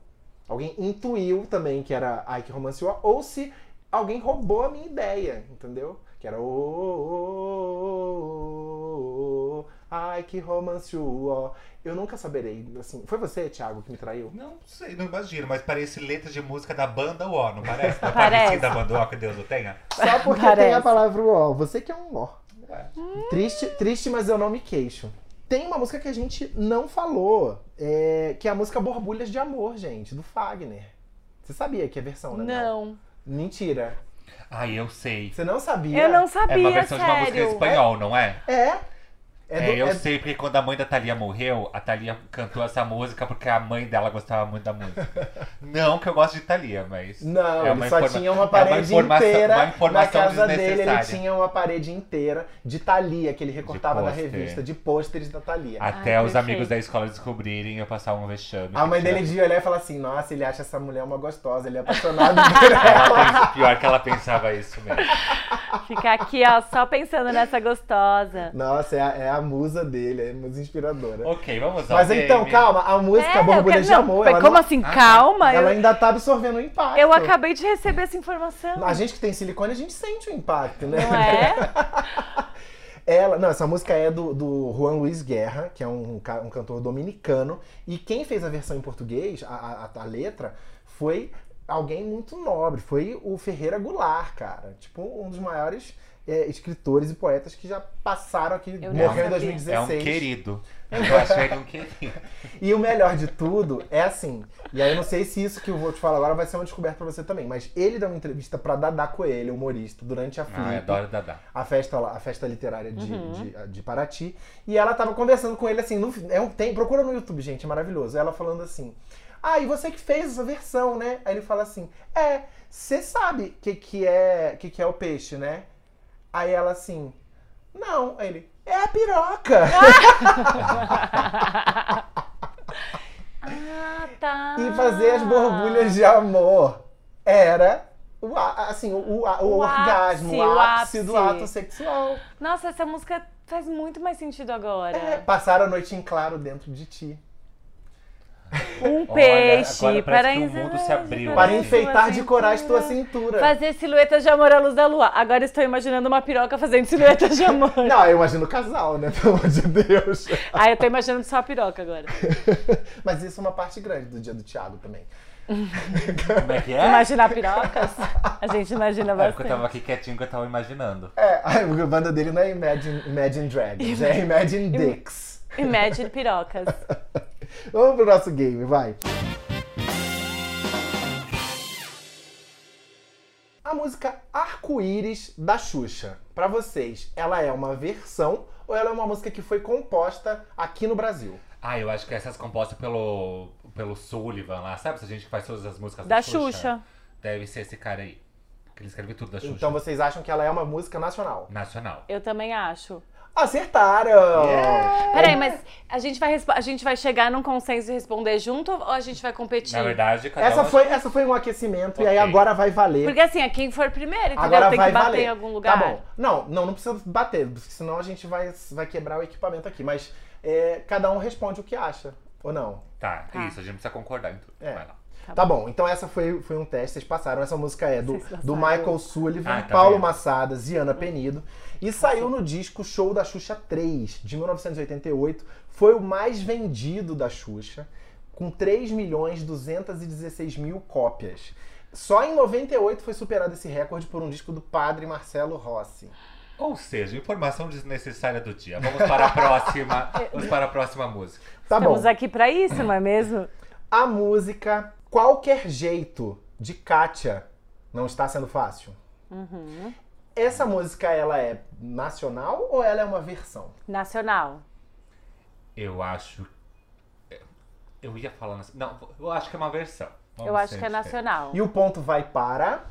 S2: Alguém intuiu também que era Ai que Romance Ó. Ou se alguém roubou a minha ideia, entendeu? Que era o. Ai, que romance, ó. Eu nunca saberei, assim. Foi você, Thiago, que me traiu?
S6: Não sei, não imagino, mas parece letra de música da banda UO, não parece? Não
S4: Parece.
S6: da banda UO, que Deus o tenha?
S2: Só porque tem
S4: Parece.
S2: a palavra ó. Você que é um ó.
S6: Ué.
S2: Triste, triste, mas eu não me queixo. Tem uma música que a gente não falou, é, que é a música Borbulhas de Amor, gente, do Fagner. Você sabia que é versão, né? Mel?
S4: Não.
S2: Mentira.
S6: Ai, eu sei.
S2: Você não sabia?
S4: Eu não
S6: É uma
S4: sabia,
S6: versão de uma música em
S4: sério.
S6: espanhol, não é?
S2: É.
S6: É,
S2: do-
S6: eu sei, porque quando a mãe da Thalia morreu, a Thalia cantou essa música porque a mãe dela gostava muito da música. não que eu gosto de Thalia, mas.
S2: Não,
S6: é
S2: ele
S6: uma
S2: só
S6: informa-
S2: tinha uma
S6: é
S2: parede
S6: informação-
S2: inteira
S6: uma
S2: na
S6: informação
S2: casa dele. Ele
S6: desnecessária.
S2: tinha uma parede inteira de Thalia, que ele recortava da
S6: pôster. Ah,
S2: revista, de pôsteres da Thalia.
S6: Até
S4: Ai,
S6: os
S4: perfeito.
S6: amigos da escola descobrirem e eu passar um vexame.
S2: A mãe
S6: Mentira.
S2: dele de olhar e falar assim: Nossa, ele acha essa mulher uma gostosa, ele é apaixonado por ela.
S6: Ela pensa- pior que ela pensava isso mesmo.
S4: Ficar aqui, ó, só pensando nessa gostosa.
S2: Nossa, é a, é a musa dele, é a musa inspiradora.
S6: ok, vamos lá.
S2: Mas então, calma, a música
S4: eu
S2: Borbulha
S4: quero-
S2: de
S4: É, não,
S2: Amor,
S4: mas
S2: ela,
S4: como
S2: não-
S4: assim? Calma,
S2: ela
S4: eu,
S2: ainda tá absorvendo o impacto.
S4: eu acabei de receber essa informação.
S2: A gente que tem silicone, a gente sente o impacto, né?
S4: Não é?
S2: Ela, não, essa música é do, do Juan Luiz Guerra, que é um, ca- um cantor dominicano. E quem fez a versão em português, a, a- a- a letra, foi alguém muito nobre. Foi o Ferreira Goulart, cara. Tipo, um dos maiores é, escritores e poetas que já passaram aqui.
S4: não
S2: morreu
S4: sabia.
S2: em
S6: É um
S2: 2016.
S6: querido. Eu acho ele um querido.
S2: E o melhor de tudo é assim. E aí eu não sei se isso que eu vou te falar agora vai ser uma descoberta pra você também. Mas ele deu uma entrevista pra Dadá Coelho, humorista, durante a
S6: Ai,
S2: Flip
S6: adoro Ah, é Dadá.
S2: a festa, lá- a festa literária de, de, de Paraty. E ela tava conversando com ele assim, no, é um, tem, procura no YouTube, gente, é maravilhoso. Ela falando assim, ah, e você que fez essa versão, né? Aí ele fala assim, é, você sabe o que, que, é, que, que é o peixe, né? Aí ela assim, não. Aí ele, é a piroca.
S4: Ah, tá.
S2: E fazer as borbulhas de amor era... O, a- assim, o, o, a- o
S4: O
S2: orgasmo, o
S4: ápice, o
S2: ápice do
S4: ápice.
S2: ato sexual.
S4: Nossa, essa música faz muito mais sentido
S2: É,
S4: agora.
S2: passar a noite em claro dentro de ti.
S4: Um
S6: Olha,
S4: peixe.
S6: agora
S4: para
S6: parece que o mundo se abriu. né?
S2: Para
S6: Sim.
S2: enfeitar de corais assim. tua
S4: cintura.
S2: cintura.
S4: Fazer silhuetas de amor à luz da lua. Agora estou imaginando uma piroca fazendo silhuetas de amor.
S2: Não, eu imagino o casal, né? Pelo amor de Deus.
S4: Ah, eu tô imaginando só a piroca agora.
S2: Mas isso é uma parte grande do dia do Thiago também.
S6: Como é que é?
S4: Imaginar pirocas? A gente imagina
S6: É porque eu
S4: bastante.
S6: tava aqui quietinho que eu tava imaginando.
S2: É, a banda dele não é Imagine, Imagine Dragons, é Imagine Dicks.
S4: Imagine pirocas.
S2: Vamos pro nosso game, vai. A música Arco-Íris da Xuxa. Pra vocês, ela é uma versão ou ela é uma música que foi composta aqui no Brasil?
S6: Ah, eu acho que essas compostas pelo, pelo Sullivan lá, sabe? Essa gente que faz todas as músicas da,
S4: Da Xuxa.
S6: Deve ser esse cara aí. Que ele escreve tudo da Xuxa.
S2: Então vocês acham que ela é uma música nacional?
S6: Nacional.
S4: Eu também acho.
S2: Acertaram!
S4: Peraí, mas a gente, vai, respo- a gente vai chegar num consenso e responder junto ou a gente vai competir?
S3: Na verdade, cada
S2: Essa
S3: uma-
S2: foi, essa foi um aquecimento e aí
S3: Ok.
S2: agora vai valer.
S4: Porque assim, é quem for primeiro, entendeu?
S2: Agora
S4: Tem
S2: vai
S4: que bater
S2: valer.
S4: em algum lugar.
S2: Tá bom. Não, não, não precisa bater, porque senão a gente vai, vai quebrar o equipamento aqui. Mas é, cada um responde o que acha, ou não?
S3: Tá,
S6: Ah.
S4: Tá.
S3: isso, a gente precisa concordar em
S6: então.
S3: tudo.
S2: É.
S3: Vai lá.
S2: Tá, bom. então essa foi, foi um teste, vocês passaram. Essa música é do,
S4: Vocês passaram. Uhum.
S2: do Michael Sullivan,
S3: Ah, tá
S2: Paulo
S3: vendo?
S2: Massadas e Ana Penido. E saiu no disco Show da Xuxa 3, de 1988. Foi o mais vendido da Xuxa, com 3 milhões 216 mil cópias. Só em 98 foi superado esse recorde por um disco do padre Marcelo Rossi.
S3: Ou seja, informação desnecessária do dia. Vamos para a próxima. vamos para a próxima música.
S2: Tá bom.
S4: Estamos aqui pra isso, não é mesmo?
S2: A música Qualquer Jeito, de Kátia, não está sendo fácil.
S4: Uhum.
S2: Essa música, ela é nacional ou ela é uma versão?
S4: Nacional.
S3: Eu acho. é, Eu ia falar. nas- Não, eu acho que é uma versão. Vamos
S4: Eu acho
S3: ser
S4: que é
S3: diferentes.
S4: nacional.
S2: E o ponto vai para...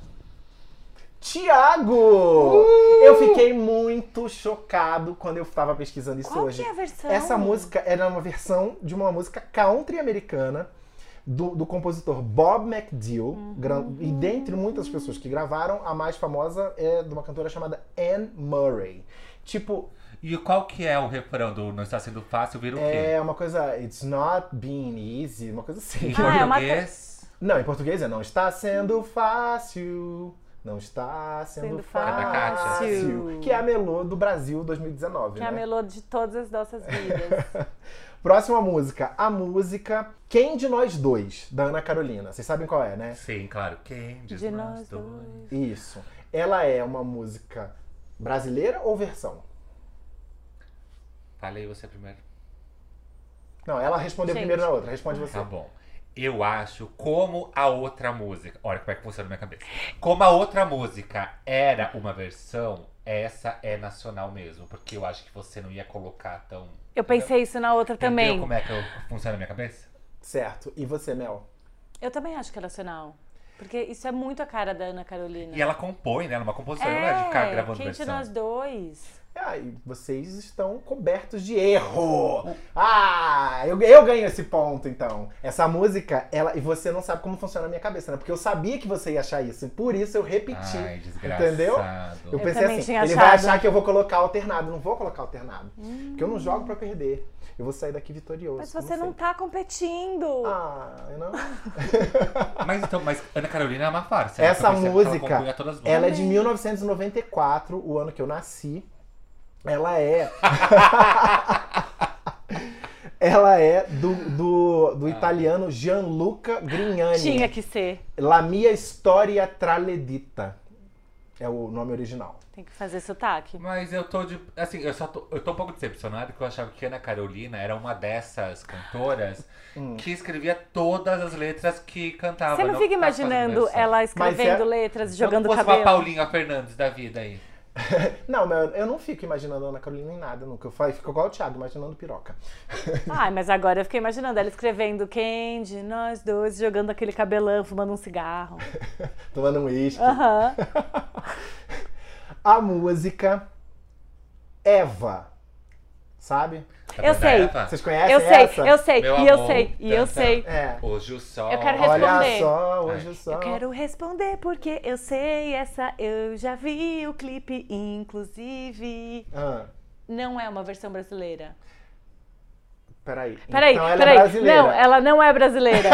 S2: Tiago!
S4: Uh!
S2: Eu fiquei muito chocado quando eu estava pesquisando isso
S4: Qual
S2: hoje.
S4: que é a versão?
S2: Essa música era uma versão de uma música country americana do, do compositor Bob McDill.
S4: Uhum.
S2: gran- e dentre muitas pessoas que gravaram, a mais famosa é de uma cantora chamada Anne Murray. Tipo,
S3: E qual que é o refrão do Não Está Sendo Fácil? Vira o quê?
S2: é uma coisa. It's not being easy, uma coisa assim.
S3: Em
S4: Ah, é uma-
S3: português.
S2: Não, em português é não está sendo fácil. Não está sendo,
S4: Sendo É
S2: fácil.
S4: fácil.
S2: Que é a melô do Brasil 2019.
S4: Que é a
S2: né?
S4: melodia de todas as nossas vidas.
S2: Próxima música, a música Quem de Nós Dois, da Ana Carolina. Vocês sabem qual é, né?
S3: Sim, claro. Quem diz
S4: De
S3: nós
S4: nós
S3: dois?
S4: dois.
S2: Isso. Ela é uma música brasileira ou versão?
S3: Falei você primeiro.
S2: Não, ela respondeu
S4: Gente.
S2: primeiro na outra. Responde você.
S3: Tá bom. Eu acho como a outra música. Olha como é que funciona na minha cabeça. Como a outra música era uma versão, essa é nacional mesmo. Porque eu acho que você não ia colocar tão.
S4: Eu pensei isso na outra
S3: Entendeu
S4: também.
S3: como é que eu- funciona na minha cabeça?
S2: Certo. E você, Mel?
S4: Eu também acho que é nacional. Porque isso é muito a cara da Ana Carolina.
S3: E ela compõe, né? Ela é uma compositora, não é de ficar
S4: é,
S3: gravando
S4: quem de
S3: versão.
S4: nós dois?
S2: Ah, e vocês estão cobertos de erro. Ah, eu, eu ganho esse ponto então. Essa música, ela e você não sabe como funciona na minha cabeça, né? Porque eu sabia que você ia achar isso, e por isso eu repeti.
S3: Ai, desgraçado.
S2: entendeu? Eu
S4: Eu
S2: pensei
S4: também
S2: assim,
S4: tinha
S2: ele vai
S4: achado. Hum.
S2: achar que eu vou colocar alternado, não vou colocar alternado, porque eu não jogo pra perder. Eu vou sair daqui vitorioso.
S4: Mas
S2: como
S4: você não
S2: sempre.
S4: tá competindo.
S2: Ah, eu não.
S3: Mas então, mas Ana Carolina é uma farsa. né?
S2: Essa
S3: Eu pensei que ela
S2: música,
S3: compunha todas as músicas.
S2: Ela é de 1994, o ano que eu nasci. Ela é. Ela é do, do,
S3: Ah.
S2: do italiano Gianluca Grignani.
S4: Tinha que ser.
S2: La mia storia traledita. É o nome original.
S4: Tem que fazer sotaque.
S3: Mas eu tô de. Assim, eu só tô. Eu tô um pouco decepcionado que eu achava que Ana Carolina era uma dessas cantoras
S2: Hum.
S3: que escrevia todas as letras que cantava.
S4: Você não, fica
S3: ficava fazendo
S4: imaginando
S3: versão.
S4: ela
S2: Mas
S4: escrevendo
S2: é-
S4: letras,
S3: Então
S4: jogando
S3: não fosse uma
S4: cabelo.
S3: Paulinha Fernandes da vida aí.
S2: Não, mas eu não fico imaginando a Ana Carolina em nada nunca. Eu fa- fico igual o Thiago, imaginando piroca.
S4: Ai, mas agora eu fiquei imaginando ela escrevendo quem de nós dois, jogando aquele cabelão, fumando um cigarro.
S2: Tomando um uísque.
S4: Aham.
S2: A música Eva. Sabe?
S3: Tá
S4: Eu
S3: vendo
S4: sei.
S3: ela?
S2: Vocês conhecem
S4: Eu sei,
S2: essa?
S4: eu sei,
S3: Meu
S4: e eu
S3: amor,
S4: sei, e eu
S3: tanta-
S4: sei.
S2: É.
S3: Hoje o sol.
S4: Eu quero
S2: Olha
S4: responder.
S2: só, hoje o sol.
S4: Eu quero responder porque eu sei essa, eu já vi o clipe, inclusive.
S2: Ah,
S4: Não é uma versão brasileira.
S2: peraí.
S4: Peraí,
S2: então ela
S4: peraí.
S2: é brasileira.
S4: Não, ela não é brasileira.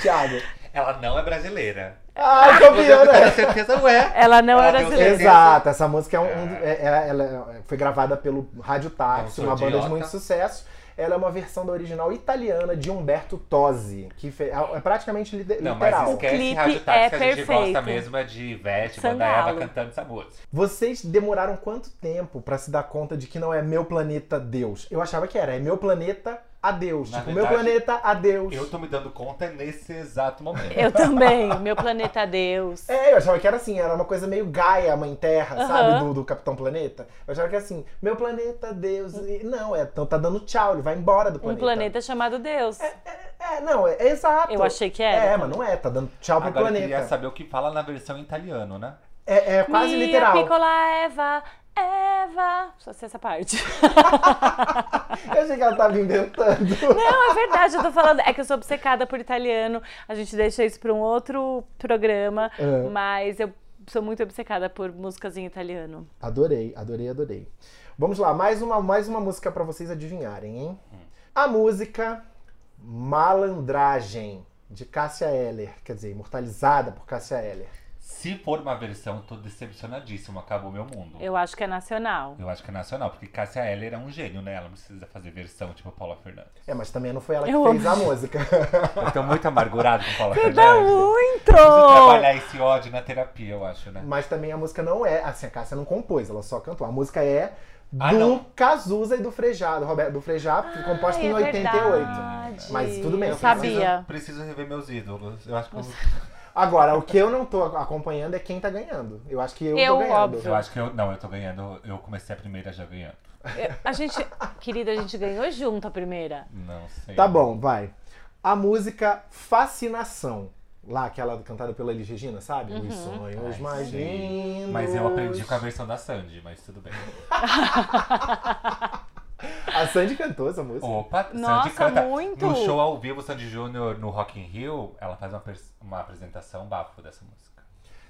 S2: Thiago. Ah,
S3: Ela não é brasileira.
S2: Ai,
S3: Eu tenho
S2: campeã!
S3: certeza, ué.
S4: Ela não
S3: Ela
S4: é
S2: um
S3: deu
S4: brasileira.
S2: né? Exato, essa música é um, um- é- é- ela é- foi gravada pelo Rádio Táxi,
S3: Eu sou
S2: uma banda de
S3: É um idiota.
S2: muito sucesso. Ela é uma versão da original italiana de Humberto Tosi, que fe- é praticamente lide-
S3: Não, mas
S2: literal.
S3: esquece
S4: clipe
S3: Rádio
S4: é
S3: Táxi, que a gente gosta
S4: perfeito.
S3: mesmo é de Ivete, Banda Eva
S4: Sangalo.
S3: cantando essa música.
S2: Vocês demoraram quanto tempo pra se dar conta de que não é meu planeta Deus? Eu achava que era, é meu planeta a Deus.
S3: Na
S2: tipo, meu
S3: verdade,
S2: planeta a Deus.
S3: Eu tô me dando conta nesse exato momento.
S4: Eu também, meu planeta Deus.
S2: É, eu achava que era assim, era uma coisa meio Gaia, Mãe Terra,
S4: Aham.
S2: sabe? Do, do Capitão Planeta. Eu achava que era assim, meu planeta, Deus. E não, é, então tá dando tchau, ele vai embora do
S4: Um
S2: planeta.
S4: planeta chamado Deus.
S2: É, não, é, é exato.
S4: Eu achei que era.
S2: É, mas não é, tá dando tchau pro
S3: Agora eu
S2: planeta.
S3: queria saber o que fala na versão em italiano, né?
S2: É, é quase
S4: Mia
S2: literal.
S4: Piccola Eva, leva. Só sei essa parte.
S2: Eu achei que ela tava inventando.
S4: Não, é verdade, eu tô falando. É que eu sou obcecada por italiano. A gente deixa isso pra um outro programa,
S2: É.
S4: mas eu sou muito obcecada por músicas em italiano.
S2: Adorei, adorei, adorei. Vamos lá, mais uma, mais uma música pra vocês adivinharem, hein? A música Malandragem, de Cássia Eller, quer dizer, imortalizada por Cássia Eller.
S3: Se for uma versão, tô decepcionadíssimo. Acabou meu mundo.
S4: Eu acho que é nacional.
S3: Eu acho que é nacional, porque Cássia Eller é um gênio, né? Ela não precisa fazer versão tipo Paula Fernandes.
S2: É, mas também não foi ela que
S4: Eu
S2: fez a música.
S3: Eu tô muito amargurado com
S2: É
S3: Paula
S4: Você
S3: Fernandes.
S4: dá muito!
S3: Preciso trabalhar esse ódio na terapia, eu acho, né?
S2: mas também a música não é. Assim, a Cássia não compôs, ela só cantou. A música é do
S3: Ah, não.
S2: Cazuza e do Frejá, do Roberto do Frejá, composta
S4: Ai,
S2: em
S4: é
S2: 88.
S4: verdade.
S2: Mas tudo bem,
S4: Eu
S2: eu
S4: sabia.
S3: Preciso rever meus ídolos. Eu acho que eu,
S2: Agora, o que eu não tô acompanhando é quem tá ganhando. Eu acho que eu,
S4: Eu,
S2: tô ganhando.
S4: óbvio.
S3: eu acho que eu. Não, eu tô ganhando. Eu comecei a primeira já ganhando.
S4: Eu- A gente, querida, a gente ganhou junto a primeira.
S3: Não sei.
S2: Tá bom, vai. A música Fascinação. Lá, aquela cantada pela Elis Regina, sabe? Os sonhos
S3: Ai,
S2: mais
S3: sim.
S2: lindos.
S3: Mas eu aprendi com a versão da Sandy, mas tudo bem.
S2: A Sandy cantou essa música.
S3: Opa,
S4: Nossa,
S3: Sandy canta.
S4: muito!
S3: No show ao vivo, Sandy Júnior no Rock in Rio, ela faz uma, pers- uma apresentação bafo dessa música.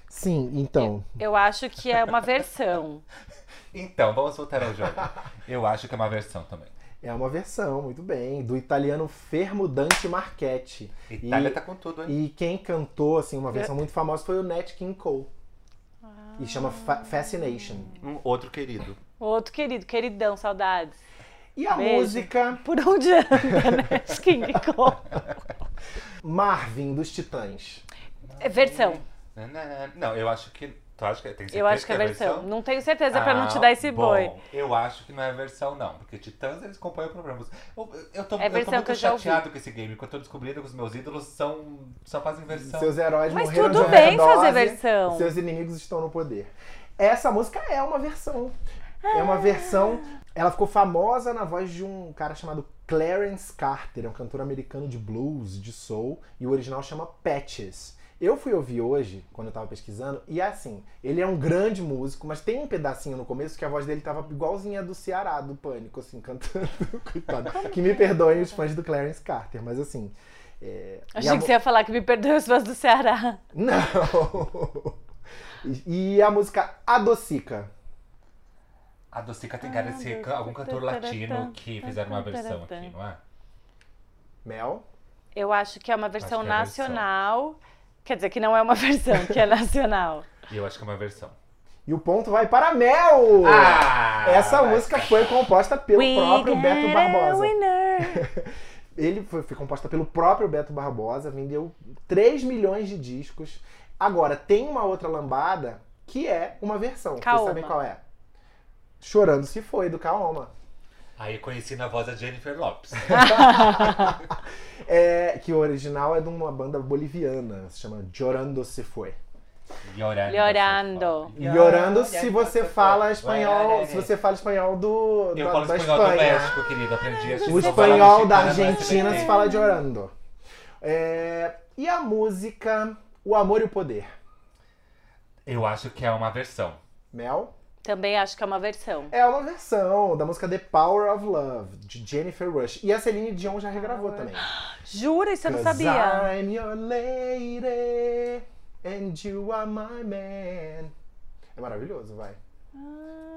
S2: Sim, então.
S4: Eu acho que é uma versão.
S3: Então, vamos voltar ao jogo. Eu acho que é uma versão também.
S2: É uma versão, muito bem. Do italiano Fermo Dante Marchetti.
S3: Itália
S2: E-
S3: tá com tudo, hein?
S2: E quem cantou, assim, uma versão muito famosa foi o Nat King Cole. E chama Fa- Fascination.
S3: Um outro querido.
S4: Outro querido, queridão, saudades.
S2: E a
S4: Beijo.
S2: música
S4: Por onde anda, né? King Cole.
S2: Marvin dos Titãs.
S4: É versão.
S3: Não, não, não, não, eu acho que. Tu acha que tem certeza
S4: Eu acho que é versão. Não tenho certeza pra não te dar esse
S3: Ah, bom.
S4: boi.
S3: Eu acho que não é versão, não. Porque Titãs eles compõem o programa. Eu, eu tô,
S4: É
S3: eu tô
S4: versão
S3: muito
S4: que eu já ouvi.
S3: chateado com esse game. porque eu tô descobrindo que os meus ídolos são. só fazem versão.
S2: Seus heróis
S4: Mas
S2: morreram
S4: tudo
S2: de
S4: bem
S2: overdose,
S4: fazer versão.
S2: Seus inimigos estão no poder. Essa música é uma versão. É uma versão. Ela ficou famosa na voz de um cara chamado Clarence Carter, é um cantor americano de blues, de soul, e o original chama Patches. Eu fui ouvir hoje, quando eu tava pesquisando, e é assim, ele é um grande músico, mas tem um pedacinho no começo que a voz dele tava igualzinha a do Ceará, do Pânico, assim, cantando. Coitado. Que me perdoem os fãs do Clarence Carter, mas assim. é, e
S4: Achei
S2: a
S4: que
S2: mu-
S4: você ia falar que me perdoe os fãs do Ceará.
S2: não! E a música Adocica.
S3: A Docica tem cara de ser ca- algum cantor latino que fizeram uma versão aqui, não é?
S2: Mel?
S4: Eu acho que é uma versão
S3: que é versão.
S4: nacional. Quer dizer, que não é uma versão, que é nacional.
S3: E eu acho que é uma versão.
S2: E o ponto vai para Mel!
S3: Ah!
S2: Essa
S3: vai.
S2: música foi composta pelo próprio
S4: get
S2: Beto
S4: a
S2: Barbosa.
S4: winner.
S2: Ele foi, foi composta pelo próprio Beto Barbosa, vendeu 3 milhões de discos. Agora, tem uma outra lambada que é uma versão. Vocês
S4: Kaoma.
S2: sabem qual é? Chorando se foi, do Kaoma.
S3: Aí conheci na voz da Jennifer Lopes.
S2: É, que o original é de uma banda boliviana, se chama Chorando se foi.
S3: Llorando.
S4: Llorando.
S2: Llorando se você fala espanhol, se você fala espanhol do
S3: Eu
S2: da,
S3: falo
S2: da
S3: espanhol do
S2: Espanha.
S3: México, querido. Aprendi a
S2: O
S3: falar
S2: espanhol da
S3: mexicano, né? mas
S2: Argentina
S3: também
S2: se fala de orando. É, e a música O Amor e o Poder?
S3: Eu acho que é uma versão.
S2: Mel?
S4: Também acho que é uma versão.
S2: É uma versão da música The Power of Love, de Jennifer Rush. E a Celine Dion já regravou também.
S4: Jura? Isso eu não
S2: 'Cause
S4: sabia.
S2: I'm your lady and you are my man. É maravilhoso, vai.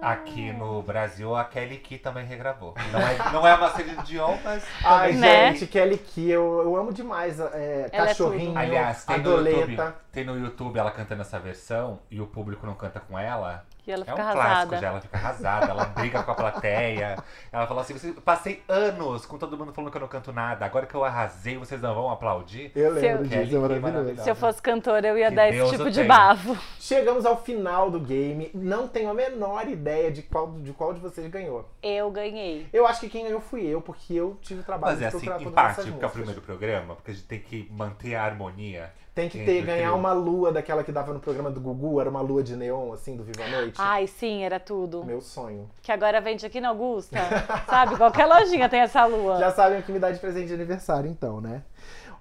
S3: Aqui no Brasil, a Kelly Key também regravou. Não é, não é uma Celine Dion, mas.
S2: Ai,
S4: Né?
S2: gente, Kelly Key, eu, eu amo demais. É,
S4: Ela é
S2: cachorrinho,
S4: tudo.
S3: Aliás, tem no, YouTube,
S2: adoleta.
S3: tem no YouTube ela cantando essa versão e o público não canta com ela.
S4: E ela
S3: É um
S4: fica
S3: clássico já,
S4: arrasada.
S3: ela fica arrasada, ela briga com a plateia. Ela fala assim: "Vocês- passei anos com todo mundo falando que eu não canto nada, agora que eu arrasei, vocês não vão aplaudir?
S2: Eu
S4: Se eu-
S2: lembro
S3: Kelly
S2: disso,
S3: Key
S2: é maravilhoso.
S3: maravilhosa.
S4: Se eu fosse cantora, eu ia
S3: Que
S4: dar esse
S3: Deus
S4: tipo
S3: o
S4: de
S3: tenha.
S4: bafo.
S2: Chegamos ao final do game. Não tenho a menor ideia de qual de, qual de vocês ganhou.
S4: Eu ganhei.
S2: Eu acho que quem ganhou fui eu, porque eu tive o trabalho
S3: Mas é
S2: de
S3: assim,
S2: procurar
S3: em
S2: todas
S3: parte,
S2: essas
S3: porque é o
S2: músicas.
S3: primeiro programa, porque a gente tem que manter a harmonia.
S2: Tem que
S3: Entre
S2: ter,
S3: o
S2: ganhar
S3: trio.
S2: uma lua daquela que dava no programa do Gugu, era uma lua de neon, assim, do Viva a Noite.
S4: Ai, sim, era tudo.
S2: Meu sonho.
S4: Que agora vende aqui na Augusta. Sabe? Qualquer lojinha tem essa lua.
S2: Já sabem o que me dá de presente de aniversário, então, né?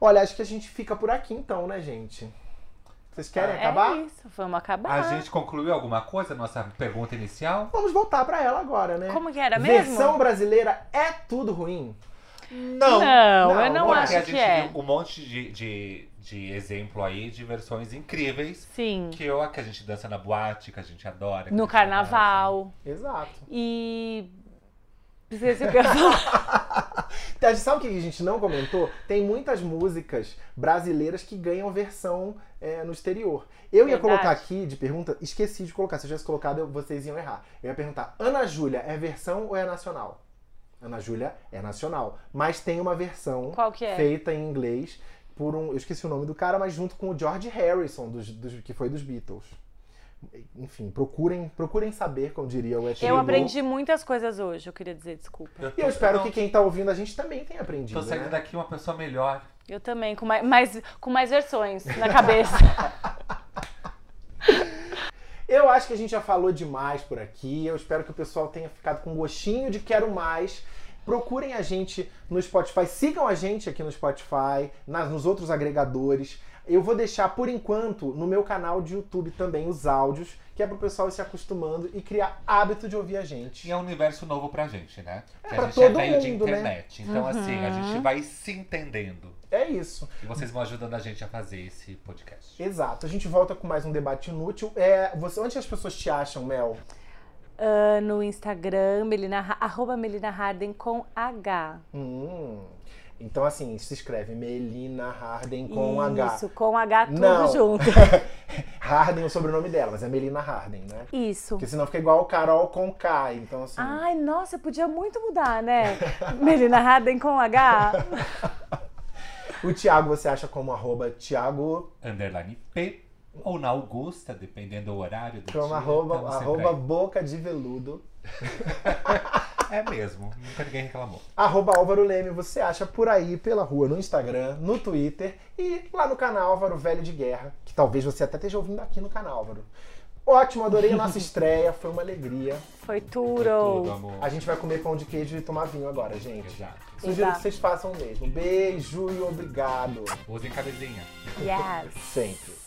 S2: Olha, acho que a gente fica por aqui então, né, gente? Vocês querem acabar?
S4: É isso, vamos acabar.
S3: A gente concluiu alguma coisa na nossa pergunta inicial?
S2: Vamos voltar pra ela agora, né?
S4: Como que era mesmo?
S2: Versão brasileira é tudo ruim?
S4: Não,
S2: Não,
S4: eu não
S2: porque
S3: Porque a
S4: acho
S3: gente
S4: que é.
S3: viu um monte de, de, de exemplo aí de versões incríveis.
S4: Sim,
S3: Que eu, a que a gente dança na boate, que a gente adora. que é a
S4: no
S3: gente
S4: carnaval.
S2: Exato.
S4: E. Esqueci o que eu ia falar.
S2: Então, Sabe o que a gente não comentou? Tem muitas músicas brasileiras que ganham versão é, no exterior. Eu ia
S4: Verdade.
S2: colocar aqui de pergunta, esqueci de colocar. Se eu tivesse colocado, eu- vocês iam errar. Eu ia perguntar: Ana Júlia é versão ou é nacional? Ana Júlia é nacional. Mas tem uma versão
S4: Qual que é?
S2: feita em inglês por um. Eu esqueci o nome do cara, mas junto com o George Harrison, dos- dos- que foi dos Beatles. Enfim, procurem, procurem saber, como diria o Ed
S4: Eu aprendi muitas coisas hoje, eu queria dizer desculpa.
S3: adora.
S2: E eu espero
S3: tô-
S2: que quem tá ouvindo a gente também tenha aprendido.
S3: Tô saindo
S2: né?
S3: daqui uma pessoa melhor.
S4: Eu também, com mais, mais- com mais versões na cabeça.
S2: Eu acho que a gente já falou demais por aqui. Eu espero que o pessoal tenha ficado com gostinho de quero mais. Procurem a gente no Spotify, sigam a gente aqui no Spotify, nas- nos outros agregadores. Eu vou deixar, por enquanto, no meu canal de YouTube também os áudios, que é pro pessoal ir se acostumando e criar hábito de ouvir a gente.
S3: E é um universo novo pra gente, né?
S2: É,
S3: Que
S2: pra
S3: a gente é
S2: todo
S3: velho de
S2: mundo, né?
S3: internet. Então,
S4: Uhum.
S3: assim, a gente vai se entendendo.
S2: É isso.
S3: E vocês vão ajudando a gente a fazer esse podcast.
S2: Exato. A gente volta com mais um debate inútil. É, você, onde as pessoas te acham, Mel?
S4: Ah, no Instagram, Melina, Ra- arroba Melina Harden com H.
S2: Hum. Então, assim, se escreve Melina Harden com H.
S4: Isso, com H tudo
S2: Não.
S4: junto.
S2: Harden é o sobrenome dela, mas é Melina Harden, né?
S4: Isso.
S2: Porque senão fica igual o Carol com K, então assim.
S4: Ai, nossa, eu podia muito mudar, né? Melina Harden com H.
S2: O Thiago você acha como arroba Thiago,
S3: Underline P ou na Augusta, dependendo do horário do
S2: como
S3: dia. então
S2: arroba,
S3: Tamo sempre
S2: arroba boca de veludo.
S3: aí. É mesmo. Nunca ninguém reclamou.
S2: Arroba Álvaro Leme, você acha por aí, pela rua, no Instagram, no Twitter e lá no canal Álvaro Velho de Guerra, que talvez você até esteja ouvindo aqui no canal, Álvaro. Ótimo, adorei a nossa estreia, foi uma alegria.
S4: Foi
S3: Tudo,
S4: tudo.
S3: amor.
S2: A gente vai comer pão de queijo e tomar vinho agora, gente.
S3: Exato.
S2: Sugiro
S4: Exato.
S2: que vocês façam o mesmo. Beijo e obrigado.
S3: Usem camisinha.
S4: Yes.
S2: Sempre.